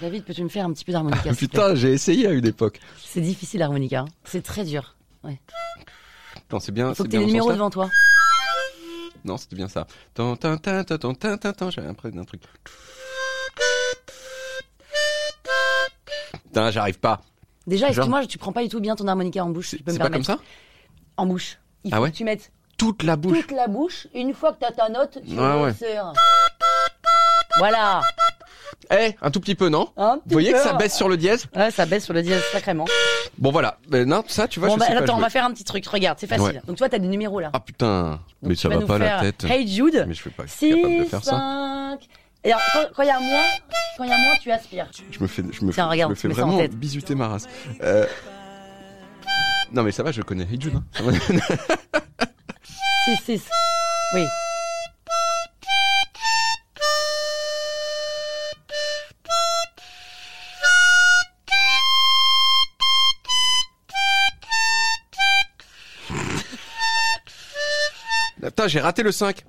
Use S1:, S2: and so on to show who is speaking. S1: David, peux-tu me faire un petit peu d'harmonica s'il te plaît
S2: Putain, j'ai essayé à une époque.
S1: C'est difficile l'harmonica. hein. C'est très dur.
S2: Non, c'est bien.
S1: Faut que
S2: Ah,
S1: t'aies
S2: c'est
S1: les
S2: bien dans ce
S1: numéros
S2: sens-là.
S1: devant toi.
S2: Non, c'était bien ça. Tan, tan, tan, tan, tan, tan, tan, tan, J'avais l'impression d'un truc. Putain, j'arrive pas.
S1: Déjà,
S2: Genre-
S1: excuse-moi, tu prends pas du tout bien ton harmonica en bouche. si
S2: C'est
S1: je peux me
S2: c'est pas comme
S1: permettre.
S2: ça
S1: En bouche. Il
S2: Ah
S1: faut
S2: ouais
S1: que tu mettes
S2: Toute la bouche.
S1: toute la bouche. Une fois que t'as ta note, tu
S2: Ah ouais.
S1: le serres. Voilà.
S2: Eh, un tout petit peu, non
S1: Un petit
S2: Vous voyez que
S1: peu.
S2: ça baisse sur le dièse
S1: Ouais, ça baisse sur le dièse sacrément.
S2: Bon, voilà. Mais non, ça, tu vois,
S1: bon,
S2: je
S1: bah,
S2: sais pas
S1: attends, on
S2: jouer.
S1: va faire un petit truc. Regarde, c'est facile.
S2: Ouais.
S1: Donc, toi, t'as des numéros là.
S2: Ah putain,
S1: Donc,
S2: mais
S1: tu
S2: ça
S1: vas
S2: va
S1: nous
S2: pas la
S1: faire
S2: tête.
S1: Hey Jude.
S2: Mais je suis pas capable de
S1: 6,
S2: faire ça.
S1: 5. Et alors, quand- quand il y a moins, quand il y a moins, tu aspires.
S2: Je me fais, je
S1: Tiens,
S2: me, fais-
S1: regarde,
S2: je me
S1: tu
S2: fais
S1: mets ça en
S2: vraiment
S1: tête.
S2: bisuter ma race. Euh, Non mais ça va, je connais. Hey Jude, hein, ça va.
S1: 6, 6. Oui.
S2: Ah, Putain, j'ai raté le 5.